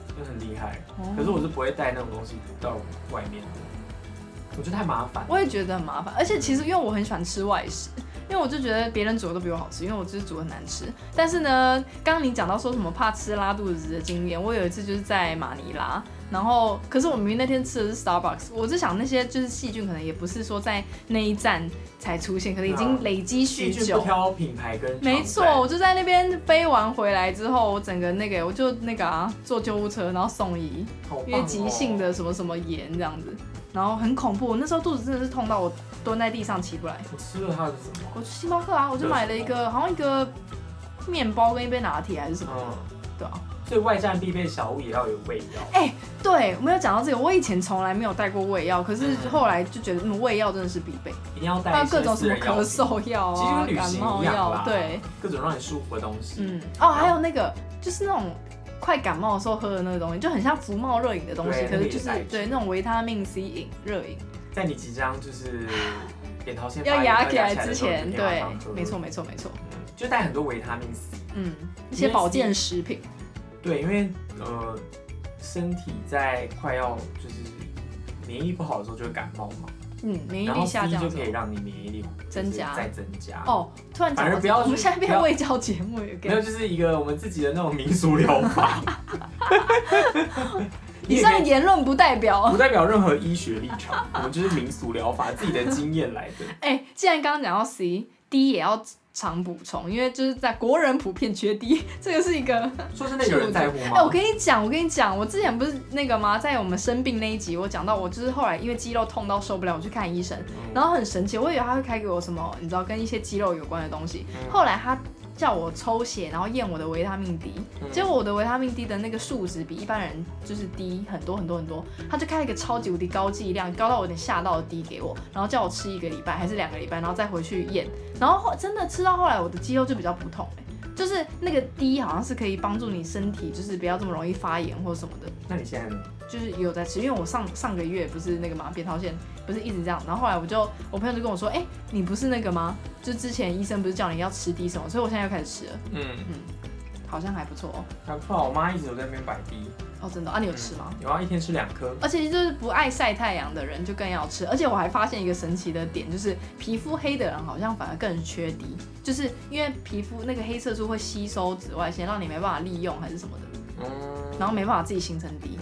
[SPEAKER 2] 就很厉害。可是我是不会带那种东西到外面的，我觉得太麻烦了。
[SPEAKER 1] 我也觉得很麻烦，而且其实因为我很喜欢吃外食，因为我就觉得别人煮的都比我好吃，因为我就是煮得很难吃。但是呢，刚刚你讲到说什么怕吃拉肚子的经验，我有一次就是在马尼拉，然后可是我明明那天吃的是 Starbucks，我就想那些就是细菌可能也不是说在那一站才出现，可能已经累积许
[SPEAKER 2] 细菌不
[SPEAKER 1] 久。
[SPEAKER 2] 挑品牌跟厂
[SPEAKER 1] 没错，
[SPEAKER 2] 牌
[SPEAKER 1] 我就在那边飞完回来之后，我整个那个我就那个啊，坐救护车，然后送医。
[SPEAKER 2] 好棒哦
[SPEAKER 1] 因为急性的什么什么炎这样子，然后很恐怖。我那时候肚子真的是痛到我蹲在地上起不来。
[SPEAKER 2] 我吃了它的什么？
[SPEAKER 1] 我去星巴克啊，我就买了一个好像一个面包跟一杯拿铁还是什么，
[SPEAKER 2] 嗯，
[SPEAKER 1] 对啊。
[SPEAKER 2] 所以外站必备小物也要有味道。
[SPEAKER 1] 对，我没有讲到这个。我以前从来没有带过胃药，可是后来就觉得，嗯，胃药真的是必备，
[SPEAKER 2] 一定要带
[SPEAKER 1] 还有
[SPEAKER 2] 一些
[SPEAKER 1] 各种什么
[SPEAKER 2] 私人药
[SPEAKER 1] 咳
[SPEAKER 2] 品，
[SPEAKER 1] 嗽药
[SPEAKER 2] 其实
[SPEAKER 1] 啊
[SPEAKER 2] 跟、旅
[SPEAKER 1] 感
[SPEAKER 2] 行
[SPEAKER 1] 冒
[SPEAKER 2] 一样啦
[SPEAKER 1] 药，，对，，
[SPEAKER 2] 各种让你舒服的东西，
[SPEAKER 1] 嗯，哦，还有那个就是那种快感冒的时候喝的那个东西，就很像福茂热饮的东西，
[SPEAKER 2] 对
[SPEAKER 1] 可
[SPEAKER 2] 那个
[SPEAKER 1] 是
[SPEAKER 2] 也
[SPEAKER 1] 就是
[SPEAKER 2] 带着
[SPEAKER 1] 对那种维他命 C 饮热饮。
[SPEAKER 2] 在你即将就是扁桃腺发炎
[SPEAKER 1] 要压起来
[SPEAKER 2] 的
[SPEAKER 1] 之
[SPEAKER 2] 时候
[SPEAKER 1] 前，
[SPEAKER 2] 就可以马
[SPEAKER 1] 对
[SPEAKER 2] 上喝，
[SPEAKER 1] 没错，没错没错，
[SPEAKER 2] 嗯就带很多维他命 C。
[SPEAKER 1] 嗯，一些保健食品，
[SPEAKER 2] 对，因为呃，身体在快要就是免疫不好的时候就会感冒嘛，
[SPEAKER 1] 嗯，免疫
[SPEAKER 2] 然
[SPEAKER 1] 力
[SPEAKER 2] 后
[SPEAKER 1] 下
[SPEAKER 2] C
[SPEAKER 1] 降
[SPEAKER 2] 就
[SPEAKER 1] 的
[SPEAKER 2] 可
[SPEAKER 1] 时
[SPEAKER 2] 以
[SPEAKER 1] 候。
[SPEAKER 2] 让你免疫力就是
[SPEAKER 1] 增加
[SPEAKER 2] 再增加。
[SPEAKER 1] 哦，突然讲
[SPEAKER 2] 反
[SPEAKER 1] 到
[SPEAKER 2] 而
[SPEAKER 1] 这
[SPEAKER 2] 不要
[SPEAKER 1] 个，我们
[SPEAKER 2] 去
[SPEAKER 1] 现在
[SPEAKER 2] 不
[SPEAKER 1] 变
[SPEAKER 2] 要
[SPEAKER 1] 卫教节目也
[SPEAKER 2] 没有，
[SPEAKER 1] 给。
[SPEAKER 2] 就是一个我们自己的那种民俗疗
[SPEAKER 1] (laughs)
[SPEAKER 2] 法。你
[SPEAKER 1] 以
[SPEAKER 2] 也
[SPEAKER 1] 上
[SPEAKER 2] 可
[SPEAKER 1] 的
[SPEAKER 2] 以
[SPEAKER 1] 言论不代表。
[SPEAKER 2] 不代表任何医学立场，我们就是民俗疗法，自己的经验来
[SPEAKER 1] (laughs)
[SPEAKER 2] 的。
[SPEAKER 1] 哎，既然刚刚讲到 C，D 也要常补充，因为就是在国人普遍缺 D，这个是一个。
[SPEAKER 2] 说真的，有人在乎吗？
[SPEAKER 1] 哎，我跟你讲，我跟你讲，我之前不是那个吗？在我们生病那一集，我讲到我就是后来因为肌肉痛到受不了，我去看医生，
[SPEAKER 2] 嗯
[SPEAKER 1] 然后很神奇，我以为他会开给我什么，你知道跟一些肌肉有关的东西，
[SPEAKER 2] 嗯
[SPEAKER 1] 后来他叫我抽血，然后验我的维他命 D，
[SPEAKER 2] 嗯
[SPEAKER 1] 结果我的维他命 D 的那个数值比一般人就是低很多很多很多，他就开一个超级无敌高剂量，高到我有点吓到的 D 给我，然后叫我吃一个礼拜还是两个礼拜，然后再回去验，然后后真的吃到后来我的肌肉就比较不痛、欸就是那个 D 好像是可以帮助你身体，就是不要这么容易发炎或什么的。
[SPEAKER 2] 那你现在呢？
[SPEAKER 1] 就是有在吃，因为我上上个月不是那个嘛，扁桃腺不是一直这样，然后后来我就我朋友就跟我说，哎、你不是那个吗？就之前医生不是叫你要吃低什么，所以我现在又开始吃了，
[SPEAKER 2] 嗯，
[SPEAKER 1] 嗯，好像还不错哦。
[SPEAKER 2] 还不错。我妈一直有在那边摆地，
[SPEAKER 1] 哦，真的啊，你有吃吗？
[SPEAKER 2] 有啊，一天吃两颗。
[SPEAKER 1] 而且就是不爱晒太阳的人就更要吃，而且我还发现一个神奇的点，就是皮肤黑的人好像反而更缺低，就是因为皮肤那个黑色素会吸收紫外线，让你没办法利用还是什么的，
[SPEAKER 2] 嗯，
[SPEAKER 1] 然后没办法自己形成低。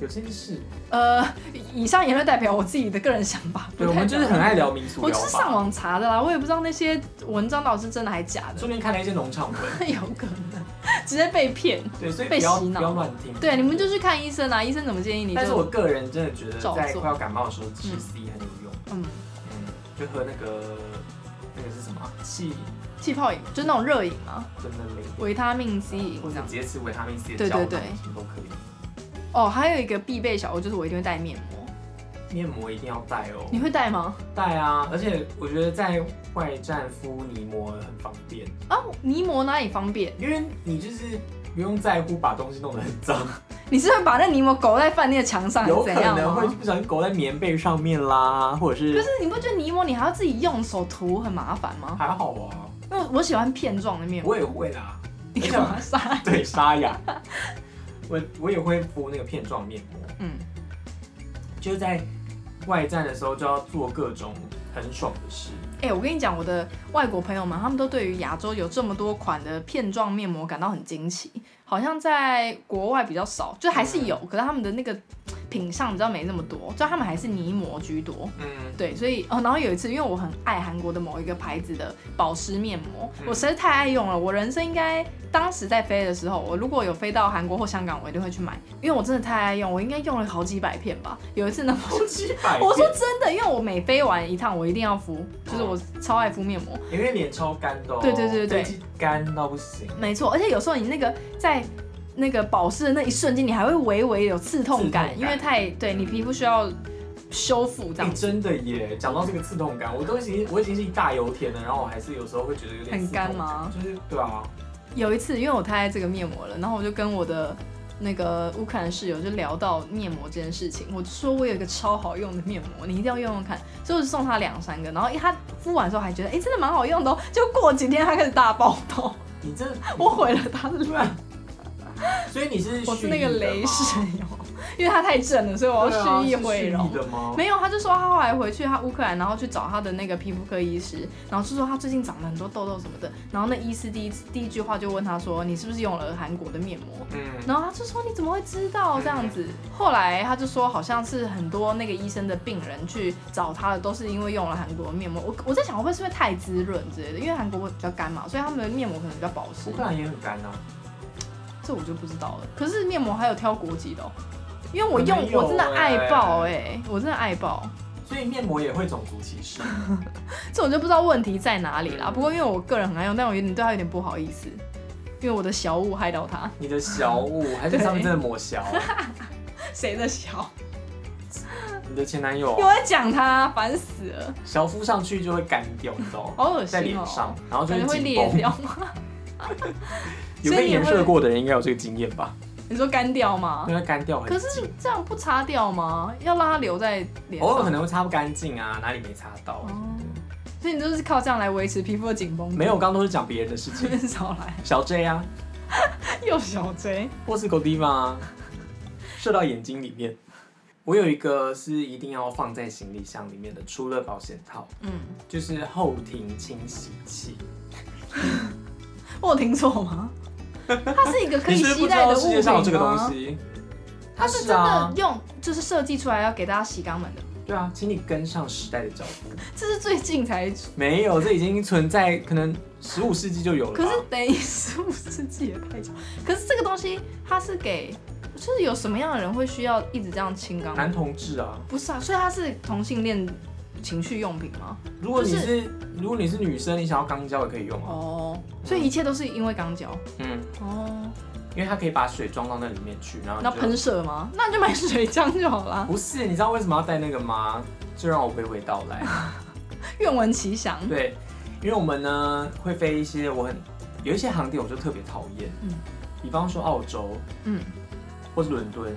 [SPEAKER 2] 有这件事。
[SPEAKER 1] 呃，以上言论代表我自己的个人想法，
[SPEAKER 2] 对，
[SPEAKER 1] 不
[SPEAKER 2] 我
[SPEAKER 1] 代
[SPEAKER 2] 们
[SPEAKER 1] 表
[SPEAKER 2] 就是很爱聊民俗
[SPEAKER 1] 我
[SPEAKER 2] 疗
[SPEAKER 1] 就是上
[SPEAKER 2] 法，
[SPEAKER 1] 网查的啦，我也不知道那些文章到底是真的还假
[SPEAKER 2] 顺便看了一些农场文。 (laughs)
[SPEAKER 1] 的，有可能 (laughs) 直接被骗。
[SPEAKER 2] 对，所以不
[SPEAKER 1] 被
[SPEAKER 2] 要
[SPEAKER 1] 洗
[SPEAKER 2] 不
[SPEAKER 1] 脑
[SPEAKER 2] 要乱听。
[SPEAKER 1] 对，你们就去看医生啊，医生怎么建议你就？
[SPEAKER 2] 但是我个人真的觉得，
[SPEAKER 1] 照
[SPEAKER 2] 在
[SPEAKER 1] 做
[SPEAKER 2] 快要感冒的时候吃 C 很有用。
[SPEAKER 1] 嗯，
[SPEAKER 2] 嗯，就喝那个那个是什么啊气
[SPEAKER 1] 气泡饮就是那种热饮啊，
[SPEAKER 2] 真的灵，
[SPEAKER 1] 维他命 C 饮
[SPEAKER 2] 或
[SPEAKER 1] 这
[SPEAKER 2] 者
[SPEAKER 1] 样
[SPEAKER 2] 直。接吃维他命 C 的
[SPEAKER 1] 对
[SPEAKER 2] 胶
[SPEAKER 1] 对
[SPEAKER 2] 囊
[SPEAKER 1] 对
[SPEAKER 2] 什么都可以。
[SPEAKER 1] 哦，还有一个必备小物就是我一定会戴面膜，
[SPEAKER 2] 面膜一定要带哦，
[SPEAKER 1] 你会戴吗？
[SPEAKER 2] 带啊！而且我觉得在外站敷泥膜很方便，
[SPEAKER 1] 啊，泥膜哪里方便？
[SPEAKER 2] 因为你就是不用在乎把东西弄得很
[SPEAKER 1] (laughs)
[SPEAKER 2] 脏，
[SPEAKER 1] 你是会把那泥膜搞在饭店的墙上，还
[SPEAKER 2] 有
[SPEAKER 1] 是
[SPEAKER 2] 可
[SPEAKER 1] 怎样
[SPEAKER 2] 能会
[SPEAKER 1] 吗？
[SPEAKER 2] 不小心勾在棉被上面啦，或者
[SPEAKER 1] 可
[SPEAKER 2] 是
[SPEAKER 1] 是你不觉得泥膜你还要自己用手涂很麻烦吗？
[SPEAKER 2] 还好啊，
[SPEAKER 1] 因为我喜欢片状的面膜，
[SPEAKER 2] 我也会啦。
[SPEAKER 1] 你干嘛杀？
[SPEAKER 2] 对，沙哑。我我也会敷那个片状面膜，
[SPEAKER 1] 嗯，
[SPEAKER 2] 就是在外站的时候就要做各种很爽的事。
[SPEAKER 1] 哎、我跟你讲，我的外国朋友们，他们都对于亚洲有这么多款的片状面膜感到很惊奇，好像在国外比较少，就还是有，可是他们的那个品相比较没那么多，就他们还是泥膜居多。
[SPEAKER 2] 嗯，
[SPEAKER 1] 对，所以哦，然后有一次，因为我很爱韩国的某一个牌子的保湿面膜，
[SPEAKER 2] 嗯
[SPEAKER 1] 我实在太爱用了。我人生应该当时在飞的时候，我如果有飞到韩国或香港，我一定会去买，因为我真的太爱用，我应该用了好几百片吧。有一次呢，我
[SPEAKER 2] 好几百
[SPEAKER 1] 我
[SPEAKER 2] 遍，
[SPEAKER 1] 说真的，因为我每飞完一趟，我一定要敷，
[SPEAKER 2] 哦
[SPEAKER 1] 就是我超爱敷面膜。
[SPEAKER 2] 因为脸超干的、哦，
[SPEAKER 1] 对对对对对
[SPEAKER 2] 飞机干到不行，
[SPEAKER 1] 没错，而且有时候你那个在那个保湿的那一瞬间，你还会微微有刺痛感，
[SPEAKER 2] 刺痛感
[SPEAKER 1] 因为太对你皮肤需要修复这
[SPEAKER 2] 哎、
[SPEAKER 1] 样子。
[SPEAKER 2] 真的耶！讲到这个刺痛感，我都已经我已经是一大油田了，然后我还是有时候会觉得有点
[SPEAKER 1] 很
[SPEAKER 2] 刺痛
[SPEAKER 1] 干吗
[SPEAKER 2] 就是对啊，
[SPEAKER 1] 有一次，因为我太爱这个面膜了，然后我就跟我的那个乌克兰室友就聊到面膜这件事情，我就说我有一个超好用的面膜，你一定要用用看，所以我就送他两三个，然后他敷完之后还觉得哎、诶真的蛮好用的、哦， (laughs) 就过几天他开始大爆痘，
[SPEAKER 2] 你这
[SPEAKER 1] (laughs) 我毁了他的脸，
[SPEAKER 2] 对啊， (laughs) 所以你是
[SPEAKER 1] 我是那个雷室
[SPEAKER 2] 蓄
[SPEAKER 1] 友，因为他太正了，所以我
[SPEAKER 2] 意的
[SPEAKER 1] 要
[SPEAKER 2] 吗
[SPEAKER 1] 蓄意
[SPEAKER 2] 对啊是
[SPEAKER 1] 毁
[SPEAKER 2] 蓄
[SPEAKER 1] 容
[SPEAKER 2] 意。的吗？
[SPEAKER 1] 没有，他就说他后来回去他乌克兰，然后去找他的那个皮肤科医师，然后就说他最近长了很多痘痘什么的，然后那医师第一第一句话就问他说你是不是用了韩国的面膜？
[SPEAKER 2] 嗯，
[SPEAKER 1] 然后他就说你怎么会知道这样子？后来他就说好像是很多那个医生的病人去找他的都是因为用了韩国的面膜。我我在想会不会是因为太滋润之类的，因为韩国会比较干嘛，所以他们的面膜可能比较保湿
[SPEAKER 2] 乌。克兰也很干啊，
[SPEAKER 1] 这我就不知道了。可是面膜还有挑国籍的、哦，因为我用、
[SPEAKER 2] 可能有
[SPEAKER 1] 我真的爱爆哎、
[SPEAKER 2] 欸
[SPEAKER 1] 我真的爱爆。
[SPEAKER 2] 所以面膜也会种族歧视。
[SPEAKER 1] 这我就不知道问题在哪里啦。不过因为我个人很爱用，但我有点对他有点不好意思，因为我的小物害到 (laughs) 他。
[SPEAKER 2] 你的小五还是上面真的抹小？啊
[SPEAKER 1] 谁的 (laughs) 小？
[SPEAKER 2] 你的前男友
[SPEAKER 1] (laughs)
[SPEAKER 2] 啊
[SPEAKER 1] 又在讲他，烦死了，
[SPEAKER 2] 小敷上去就会干掉，你知道吗？
[SPEAKER 1] 好恶心
[SPEAKER 2] 在
[SPEAKER 1] (laughs)
[SPEAKER 2] 脸
[SPEAKER 1] 哦、
[SPEAKER 2] 上，然后就
[SPEAKER 1] 感觉会
[SPEAKER 2] 会紧
[SPEAKER 1] 裂
[SPEAKER 2] 绷。
[SPEAKER 1] 掉吗？ (laughs)
[SPEAKER 2] 有
[SPEAKER 1] 所
[SPEAKER 2] 被
[SPEAKER 1] 以也
[SPEAKER 2] 颜
[SPEAKER 1] 会
[SPEAKER 2] 射过的人应该有这个经验吧？
[SPEAKER 1] 你说干掉吗？
[SPEAKER 2] 因为干掉很
[SPEAKER 1] 可
[SPEAKER 2] 紧。
[SPEAKER 1] 是这样不擦掉吗？要让它留在脸
[SPEAKER 2] 偶尔可
[SPEAKER 1] 上，
[SPEAKER 2] 能会擦不干净啊，哪里没擦到。
[SPEAKER 1] 哦所以你就是靠这样来维持皮肤的紧绷。 (laughs)
[SPEAKER 2] 没有，，刚刚都是讲别人的事
[SPEAKER 1] 这 (laughs)
[SPEAKER 2] 情。
[SPEAKER 1] 边少来，
[SPEAKER 2] 小 J 啊，
[SPEAKER 1] 又小 J。
[SPEAKER 2] 或是 Godiva 啊，射到眼睛里面。我有一个是一定要放在行李箱里面的，除了保险套，
[SPEAKER 1] 嗯，
[SPEAKER 2] 就是后庭清洗器。
[SPEAKER 1] 我有听错
[SPEAKER 2] (laughs)
[SPEAKER 1] 吗？它是一个可
[SPEAKER 2] 你
[SPEAKER 1] 以
[SPEAKER 2] 是不是不
[SPEAKER 1] 携
[SPEAKER 2] 知
[SPEAKER 1] 带
[SPEAKER 2] 道
[SPEAKER 1] 的物
[SPEAKER 2] 世
[SPEAKER 1] 品
[SPEAKER 2] 界
[SPEAKER 1] 吗？
[SPEAKER 2] 上有这个东西？
[SPEAKER 1] 它是真
[SPEAKER 2] 啊
[SPEAKER 1] 的，用，就是设计出来要给大家洗肛门的，
[SPEAKER 2] 对啊，请你跟上时代的脚步。
[SPEAKER 1] 这是最近才出。
[SPEAKER 2] 没有，这已经存在可能十五世纪就有了吧。
[SPEAKER 1] 可是等于十五世纪也太久。可是这个东西它是给，就是有什么样的人会需要一直这样清肛
[SPEAKER 2] 男
[SPEAKER 1] 门？
[SPEAKER 2] 同志啊，
[SPEAKER 1] 不是啊，所以它是同性恋情趣用品吗？
[SPEAKER 2] 如果你
[SPEAKER 1] 就是
[SPEAKER 2] 如果你是女生，你想要肛交也可以用啊。
[SPEAKER 1] 哦，所以一切都是因为肛交。
[SPEAKER 2] 嗯，
[SPEAKER 1] 哦，
[SPEAKER 2] 因为它可以把水装到那里面去，然后
[SPEAKER 1] 那
[SPEAKER 2] 你就
[SPEAKER 1] 喷射吗？那就买水浆就好啦。
[SPEAKER 2] 不是，你知道为什么要带那个吗？就让我娓娓道来。
[SPEAKER 1] 愿闻其详。
[SPEAKER 2] 对，因为我们呢会飞一些我很有一些航点我就特别讨厌，
[SPEAKER 1] 嗯
[SPEAKER 2] 比方说澳洲
[SPEAKER 1] 嗯，
[SPEAKER 2] 或是伦敦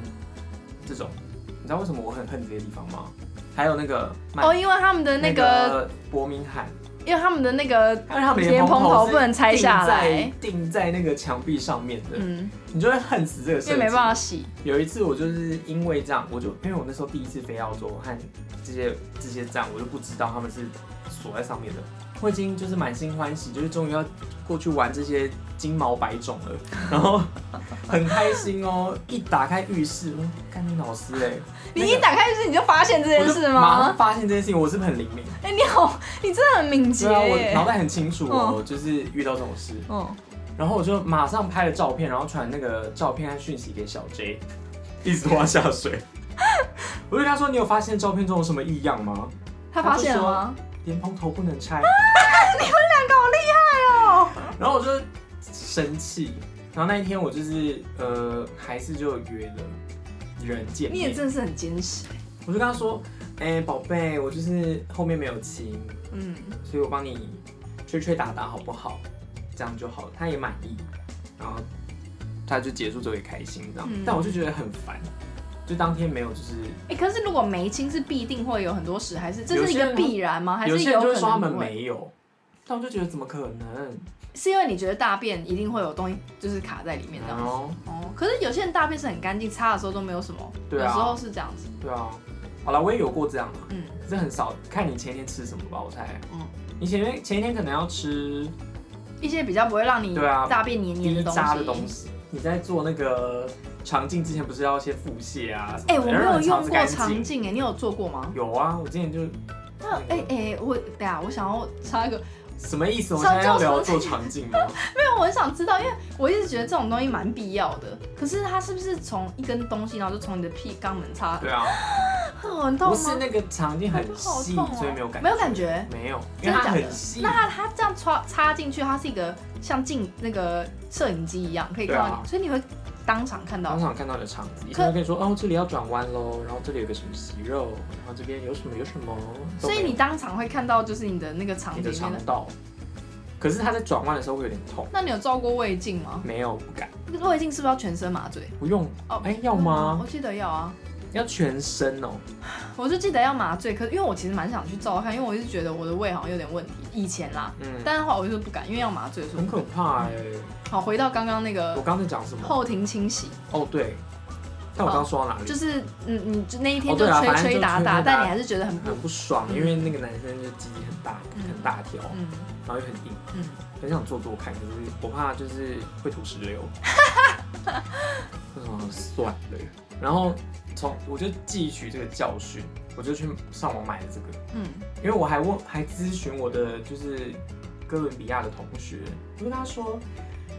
[SPEAKER 2] 这种，你知道为什么我很恨这些地方吗？还有那个曼
[SPEAKER 1] 哦哦，因为他们的那个
[SPEAKER 2] 伯明翰，
[SPEAKER 1] 因为他们的那个
[SPEAKER 2] 因为他们
[SPEAKER 1] 连
[SPEAKER 2] 蓬
[SPEAKER 1] 蓬头不能拆
[SPEAKER 2] 定
[SPEAKER 1] 下
[SPEAKER 2] 在
[SPEAKER 1] 来
[SPEAKER 2] 定在那个墙壁上面的，
[SPEAKER 1] 嗯，
[SPEAKER 2] 你就会恨死这个
[SPEAKER 1] 因
[SPEAKER 2] 设
[SPEAKER 1] 为
[SPEAKER 2] 计。
[SPEAKER 1] 没办法洗，
[SPEAKER 2] 有一次我就是因为这样，我就因为我那时候第一次飞澳洲和这些这些站，我就不知道他们是锁在上面的。我已经就是满心欢喜，就是终于要过去玩这些金毛白种
[SPEAKER 1] (laughs)
[SPEAKER 2] 了，然后很开心哦。一打开浴室，我干你老师哎、
[SPEAKER 1] 你一打开就是你就发现这
[SPEAKER 2] 那
[SPEAKER 1] 件
[SPEAKER 2] 个我
[SPEAKER 1] 事
[SPEAKER 2] 就马上
[SPEAKER 1] 吗？
[SPEAKER 2] 发现这件事情，我是不是很灵敏？
[SPEAKER 1] 哎、你好，你真的很敏捷
[SPEAKER 2] 对啊，我
[SPEAKER 1] 耶、
[SPEAKER 2] 脑袋很清楚哦，就是遇到这种事，
[SPEAKER 1] 嗯，
[SPEAKER 2] 然后我就马上拍了照片，然后传那个照片和讯息给小 J，一直挖下水。 (laughs) 我就跟他说：“你有发现照片中有什么异样吗？
[SPEAKER 1] 他发现了吗？
[SPEAKER 2] 莲蓬头不能拆。
[SPEAKER 1] 两个好厉害哦、”
[SPEAKER 2] 然后我就生气。然后那一天我就是呃，还是就约了人见
[SPEAKER 1] 你也
[SPEAKER 2] 面。
[SPEAKER 1] 真的是很坚持，
[SPEAKER 2] 我就跟他说：“哎、宝贝，我就是后面没有亲，
[SPEAKER 1] 嗯，
[SPEAKER 2] 所以我帮你吹吹打打好不好？这样就好了。”他也满意，然后他就结束之后也开心这样。
[SPEAKER 1] 嗯
[SPEAKER 2] 但我就觉得很烦，就当天没有就是
[SPEAKER 1] 哎、可是如果眉清是必定会有很多屎，还是这
[SPEAKER 2] 有
[SPEAKER 1] 是一
[SPEAKER 2] 些
[SPEAKER 1] 个
[SPEAKER 2] 人
[SPEAKER 1] 必然吗？还
[SPEAKER 2] 有
[SPEAKER 1] 是
[SPEAKER 2] 些人就
[SPEAKER 1] 可
[SPEAKER 2] 会
[SPEAKER 1] 能
[SPEAKER 2] 说他们
[SPEAKER 1] 会？
[SPEAKER 2] 没有，但我就觉得怎么可能？
[SPEAKER 1] 是因为你觉得大便一定会有东西就是卡在里面这
[SPEAKER 2] 然
[SPEAKER 1] 样子。
[SPEAKER 2] 后
[SPEAKER 1] 哦，可是有些人大便是很干净，擦的时候都没有什么，
[SPEAKER 2] 对啊
[SPEAKER 1] 有时候是这样子。
[SPEAKER 2] 对啊，好了，我也有过这样嘛，
[SPEAKER 1] 嗯，
[SPEAKER 2] 可是很少。看你前一天吃什么吧，我猜。
[SPEAKER 1] 嗯
[SPEAKER 2] 你前面前一天可能要吃
[SPEAKER 1] 一些比较不会让你
[SPEAKER 2] 对啊
[SPEAKER 1] 大便黏黏
[SPEAKER 2] 低
[SPEAKER 1] 东
[SPEAKER 2] 渣的
[SPEAKER 1] 西
[SPEAKER 2] 东。西。你在做那个肠镜之前，不是要先腹泻啊？
[SPEAKER 1] 哎、我没有用过肠
[SPEAKER 2] 肠。
[SPEAKER 1] 镜哎，你有做过吗？
[SPEAKER 2] 有啊，我之前就
[SPEAKER 1] 那哎嗯哎、我等下我想要插一个，
[SPEAKER 2] 什么意思？我们
[SPEAKER 1] 上
[SPEAKER 2] 现在要
[SPEAKER 1] 周
[SPEAKER 2] 聊
[SPEAKER 1] 什么
[SPEAKER 2] 做肠镜
[SPEAKER 1] (laughs)
[SPEAKER 2] 吗？
[SPEAKER 1] 没有，我很想知道，因为我一直觉得这种东西蛮必要的。可是它是不是从一根东西，然后就从你的屁肛门插，
[SPEAKER 2] 对啊，
[SPEAKER 1] 很痛
[SPEAKER 2] 不
[SPEAKER 1] 吗？
[SPEAKER 2] 是那个肠镜很
[SPEAKER 1] 那就好
[SPEAKER 2] 细
[SPEAKER 1] 痛哦，
[SPEAKER 2] 所以没有感
[SPEAKER 1] 没
[SPEAKER 2] 觉。
[SPEAKER 1] 有感觉。
[SPEAKER 2] 没有，因
[SPEAKER 1] 真
[SPEAKER 2] 为
[SPEAKER 1] 的
[SPEAKER 2] 它
[SPEAKER 1] 假的
[SPEAKER 2] 很细
[SPEAKER 1] 那。它它这样插插进去，它是一个像镜那个摄影机一样，可以看到你，
[SPEAKER 2] 对啊
[SPEAKER 1] 所以你会当场看到
[SPEAKER 2] 当。场看到你的肠子，医
[SPEAKER 1] 可
[SPEAKER 2] 生会跟你说，哦，这里要转弯喽，然后这里有个什么息肉，然后这边有什么有什么，都
[SPEAKER 1] 所以
[SPEAKER 2] 没有
[SPEAKER 1] 你当场会看到，就是你的那个场
[SPEAKER 2] 你
[SPEAKER 1] 景
[SPEAKER 2] 的
[SPEAKER 1] 里面
[SPEAKER 2] 肠
[SPEAKER 1] 的。
[SPEAKER 2] 道。可是它在转弯的时候会有点痛，
[SPEAKER 1] 那你有照过胃镜吗？
[SPEAKER 2] 没有不敢，
[SPEAKER 1] 那个胃镜是不是要全身麻醉？
[SPEAKER 2] 不用。
[SPEAKER 1] 哦
[SPEAKER 2] 哎、要吗？
[SPEAKER 1] 我记得要啊，
[SPEAKER 2] 要全身哦。
[SPEAKER 1] 我就记得要麻醉。可是因为我其实蛮想去照看，因为我一直觉得我的胃好像有点问题，以前啦。
[SPEAKER 2] 嗯，
[SPEAKER 1] 但是后来我就是不敢，因为要麻醉，所以
[SPEAKER 2] 很可怕哎、
[SPEAKER 1] 好回到刚刚那
[SPEAKER 2] 我
[SPEAKER 1] 个
[SPEAKER 2] 刚才讲什么？
[SPEAKER 1] 后庭清洗，
[SPEAKER 2] 哦，对。但我刚刚说到哪里？
[SPEAKER 1] 就是嗯，你就那一天
[SPEAKER 2] 哦
[SPEAKER 1] 就
[SPEAKER 2] 对啊
[SPEAKER 1] 吹
[SPEAKER 2] 反正就
[SPEAKER 1] 吹打
[SPEAKER 2] 吹吹
[SPEAKER 1] 打，
[SPEAKER 2] 打打
[SPEAKER 1] 但你还是觉得很不
[SPEAKER 2] 很不爽，
[SPEAKER 1] 嗯
[SPEAKER 2] 因为那个男生就鸡鸡很大，
[SPEAKER 1] 嗯
[SPEAKER 2] 很大条，
[SPEAKER 1] 嗯
[SPEAKER 2] 然后又很硬，
[SPEAKER 1] 嗯，
[SPEAKER 2] 很想做做看，可是我怕就是会吐石榴。嗯，算了。然后从我就汲取这个教训，我就去上网买了这个。
[SPEAKER 1] 嗯，
[SPEAKER 2] 因为我还问还咨询我的就是哥伦比亚的同学，我就跟他说，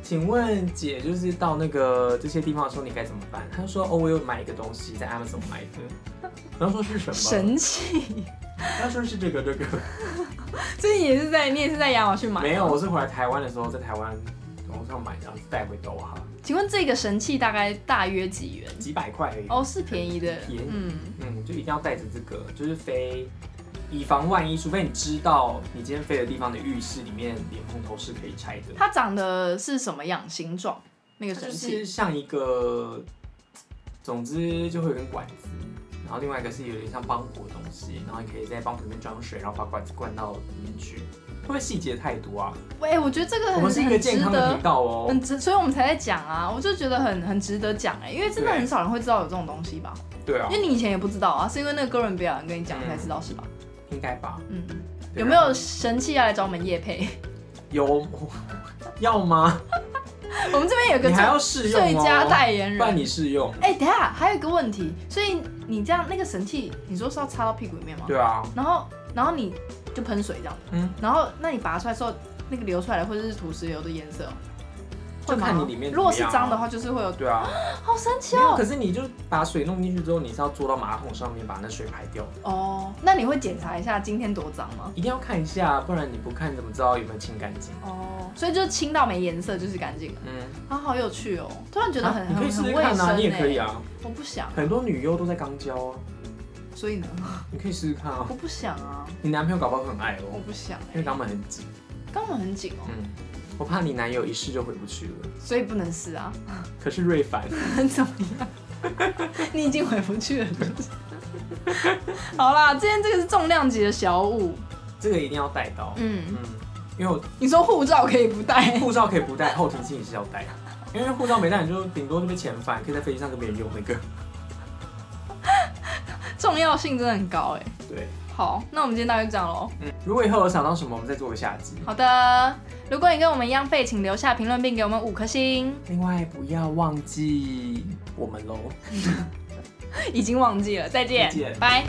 [SPEAKER 2] 请问姐就是到那个这些地方的时候你该怎么办？他就说哦，我有买一个东西在 Amazon 买的，然后说是
[SPEAKER 1] 嗯
[SPEAKER 2] 什么？
[SPEAKER 1] 神奇。
[SPEAKER 2] 他说是这个这个，
[SPEAKER 1] 所以你也是在你也是在亚马逊买？
[SPEAKER 2] 没有，。我是回来台湾的时候在台湾网上买的，然后带回兜哈，
[SPEAKER 1] 请问这个神器大概大约几元？
[SPEAKER 2] 几百块而已。
[SPEAKER 1] 哦，是便宜的。
[SPEAKER 2] 便宜
[SPEAKER 1] 嗯，
[SPEAKER 2] 嗯，就一定要带着这个，就是飞。以防万一，除非你知道你今天飞的地方的浴室里面连蓬头是可以拆的，
[SPEAKER 1] 它长得是什么样？形状？那个
[SPEAKER 2] 它
[SPEAKER 1] 神
[SPEAKER 2] 就
[SPEAKER 1] 器
[SPEAKER 2] 是像一个，总之就会有根管子，然后另外一个是有点像帮浦的东西，然后你可以在帮浦里面装水，然后把管子灌到里面去。会不会细节太多啊？
[SPEAKER 1] 喂、哎我觉得这个
[SPEAKER 2] 我
[SPEAKER 1] 很
[SPEAKER 2] 们是一个
[SPEAKER 1] 很值
[SPEAKER 2] 健康的
[SPEAKER 1] 得
[SPEAKER 2] 频，道哦
[SPEAKER 1] 很。值，所以我们才在讲啊。我就觉得很很值得讲哎、因为真的
[SPEAKER 2] 对
[SPEAKER 1] 很少人会知道有这种东西吧？
[SPEAKER 2] 对啊
[SPEAKER 1] 因，为你以前也不知道啊，是因为那个哥伦比亚人跟你讲
[SPEAKER 2] 嗯
[SPEAKER 1] 才知道是吧？
[SPEAKER 2] 应该吧？
[SPEAKER 1] 嗯，
[SPEAKER 2] 对啊
[SPEAKER 1] 有没有神器要来找我们叶配？ (laughs)
[SPEAKER 2] 有 (laughs) 要吗？
[SPEAKER 1] 我们这边有
[SPEAKER 2] 你
[SPEAKER 1] 个
[SPEAKER 2] 还要试用
[SPEAKER 1] 最佳
[SPEAKER 2] 哦，
[SPEAKER 1] 代言
[SPEAKER 2] 不
[SPEAKER 1] 人
[SPEAKER 2] 然。你试用。
[SPEAKER 1] 哎、等一下还有一个问题，所以你这样那个神器，你说是要插到屁股里面吗？
[SPEAKER 2] 对啊，
[SPEAKER 1] 然后然后你就喷水这样，
[SPEAKER 2] 嗯，
[SPEAKER 1] 然后那你拔出来之后，那个流出来的会是土石流的颜色哦，
[SPEAKER 2] 就
[SPEAKER 1] 会吗
[SPEAKER 2] 看你里面怎么样啊
[SPEAKER 1] 如果是脏的话，就是会有，
[SPEAKER 2] 对啊。
[SPEAKER 1] 好神奇
[SPEAKER 2] 没有，
[SPEAKER 1] 哦。
[SPEAKER 2] 可是你就把水弄进去之后，你是要坐到马桶上面把那水排掉，
[SPEAKER 1] 哦，那你会检查一下今天多脏吗？
[SPEAKER 2] 一定要看一下，啊不然你不看怎么知道有没有清干净？
[SPEAKER 1] 哦，所以就是清到没颜色就是干净了，
[SPEAKER 2] 嗯。
[SPEAKER 1] 啊，好有趣哦！突然觉得很、
[SPEAKER 2] 啊、你可以
[SPEAKER 1] 很
[SPEAKER 2] 试试
[SPEAKER 1] 很卫
[SPEAKER 2] 看
[SPEAKER 1] 生、
[SPEAKER 2] 啊，
[SPEAKER 1] 欸、
[SPEAKER 2] 你也可以，啊。
[SPEAKER 1] 我不想，
[SPEAKER 2] 很多女优都在肛交啊，
[SPEAKER 1] 所以呢，
[SPEAKER 2] 你可以试试看啊
[SPEAKER 1] 我。不想啊，
[SPEAKER 2] 你男朋友搞不好很爱
[SPEAKER 1] 我
[SPEAKER 2] 哦，
[SPEAKER 1] 不想、
[SPEAKER 2] 因为
[SPEAKER 1] 欸，
[SPEAKER 2] 肛门很紧。
[SPEAKER 1] 肛门很紧哦，
[SPEAKER 2] 嗯，我怕你男友一试就回不去了。
[SPEAKER 1] 所以不能试啊， (laughs)
[SPEAKER 2] 可是瑞凡， (laughs)
[SPEAKER 1] 怎么样？ (laughs) 你已经 (laughs) 回不去了，是不是？好啦，今天这个是重量级的小物，
[SPEAKER 2] 这个一定要带到。
[SPEAKER 1] 嗯，
[SPEAKER 2] 嗯，因为
[SPEAKER 1] 你说护照可以不
[SPEAKER 2] 我
[SPEAKER 1] 带？
[SPEAKER 2] (laughs) 护照可以不带，后庭信也是要带，因为护照没带，你就顶多就被遣返，可以在飞机上跟别人用那个。
[SPEAKER 1] 重要性真的很高哎。
[SPEAKER 2] 对，
[SPEAKER 1] 好，那我们今天大概就这样喽。
[SPEAKER 2] 嗯，如果以后有想到什么，我们再做个下集。
[SPEAKER 1] 好的，如果你跟我们一样废，请留下评论并给我们五颗星。
[SPEAKER 2] 另外，不要忘记我们喽。
[SPEAKER 1] 已经忘记了，再见，
[SPEAKER 2] 再见
[SPEAKER 1] 拜。